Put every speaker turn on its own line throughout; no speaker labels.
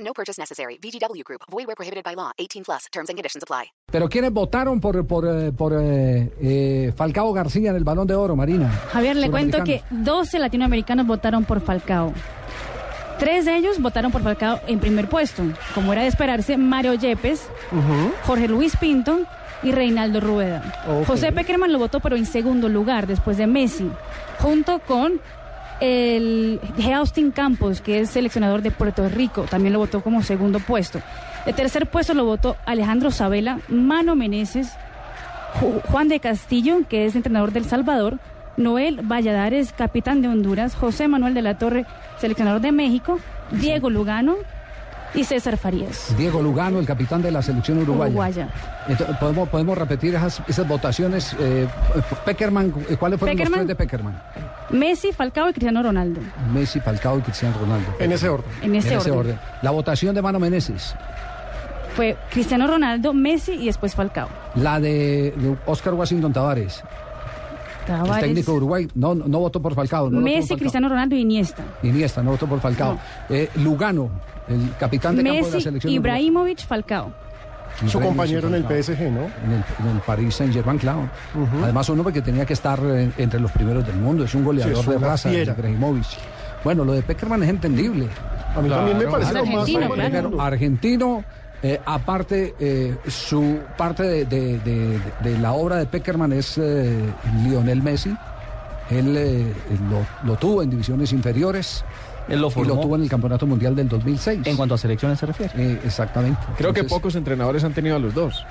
No purchase necessary. VGW Group. Void where prohibited by law. 18 plus. Terms and conditions apply.
Pero ¿quiénes votaron por, por, eh, por eh, eh, Falcao García en el Balón de Oro, Marina?
Javier, le cuento que 12 latinoamericanos votaron por Falcao. Tres de ellos votaron por Falcao en primer puesto, como era de esperarse Mario Yepes, Jorge Luis Pinto y Reinaldo Rueda.
Ok.
José Peckerman lo votó pero en segundo lugar después de Messi, junto con el G. Austin Campos, que es seleccionador de Puerto Rico, también lo votó como segundo puesto. De tercer puesto lo votó Alejandro Sabela, Mano Meneses, Ju- Juan de Castillo, que es entrenador del Salvador, Noel Valladares, capitán de Honduras, José Manuel de la Torre, seleccionador de México, Diego Lugano y César Farías.
Diego Lugano, el capitán de la selección uruguaya.
Uruguaya.
Entonces, ¿podemos, podemos repetir esas, esas votaciones. Eh, Peckerman, eh, ¿cuáles fueron
Pekerman.
los tres de Peckerman?
Messi, Falcao y Cristiano Ronaldo.
Messi, Falcao y Cristiano Ronaldo.
En ese orden.
En ese,
En
orden.
La votación de Mano Meneses.
Fue Cristiano Ronaldo, Messi y después Falcao.
La de Oscar Washington Tavares, el
Tavares,
técnico de Uruguay. No, no votó por Falcao. no votó por
Messi,
Falcao.
Cristiano Ronaldo y Iniesta.
Iniesta, no votó por Falcao. Eh, Lugano, el capitán de campo de la
Messi,
selección uruguaya.
Ibrahimovic, Falcao.
Su
Ibrahimovic,
compañero en el
Falcao.
PSG, ¿no?
En el, en el Paris Saint Germain, claro. Además, uno porque tenía que estar en- entre los primeros del mundo. Es un goleador
Sí, es
de
una
raza,
fiera.
Ibrahimovic. Bueno, lo de Peckerman es entendible.
A mí también me parece lo más
Argentino,
normal del
claro.
mundo.
Argentino, eh, aparte, eh, su parte de, de- de- de la obra de Peckerman es eh, Lionel Messi. Él eh, lo, lo tuvo en divisiones inferiores.
Él lo
Y lo
formó.
tuvo en el Campeonato Mundial del 2006.
En cuanto a selecciones se refiere.
Eh, exactamente.
Creo que
Entonces,
pocos entrenadores han tenido a los dos.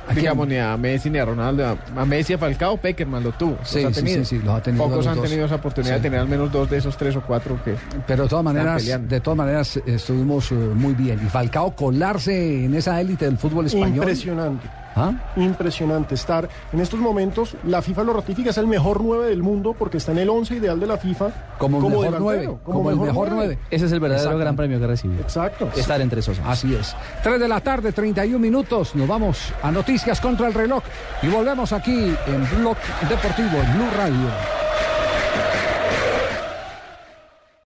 ¿a quién?
Digamos, ni a Messi ni a Ronaldo. A a Messi, a Falcao, Peckerman lo tuvo. los
Sí,
ha
sí,
tenido.
sí, sí, los ha tenido
Pocos
los
han
dos.
tenido esa oportunidad
Sí.
de tener al menos dos de esos tres o cuatro que.
Pero de todas maneras,
peleando.
de todas maneras eh, estuvimos eh, muy bien. Y Falcao colarse en esa élite del fútbol español.
Impresionante.
¿Ah?
Impresionante estar en estos momentos. La FIFA lo ratifica, es el mejor 9 del mundo porque está en el 11 ideal de la FIFA.
Como, el mejor
delantero,
nueve, como, el mejor nueve.
Ese es el verdadero gran premio que recibió.
Exacto.
Estar entre esos. once.
Así es. 3 de la tarde, 31 minutos. Nos vamos a Noticias contra el reloj. Y volvemos aquí en Blog Deportivo, en Blue Radio.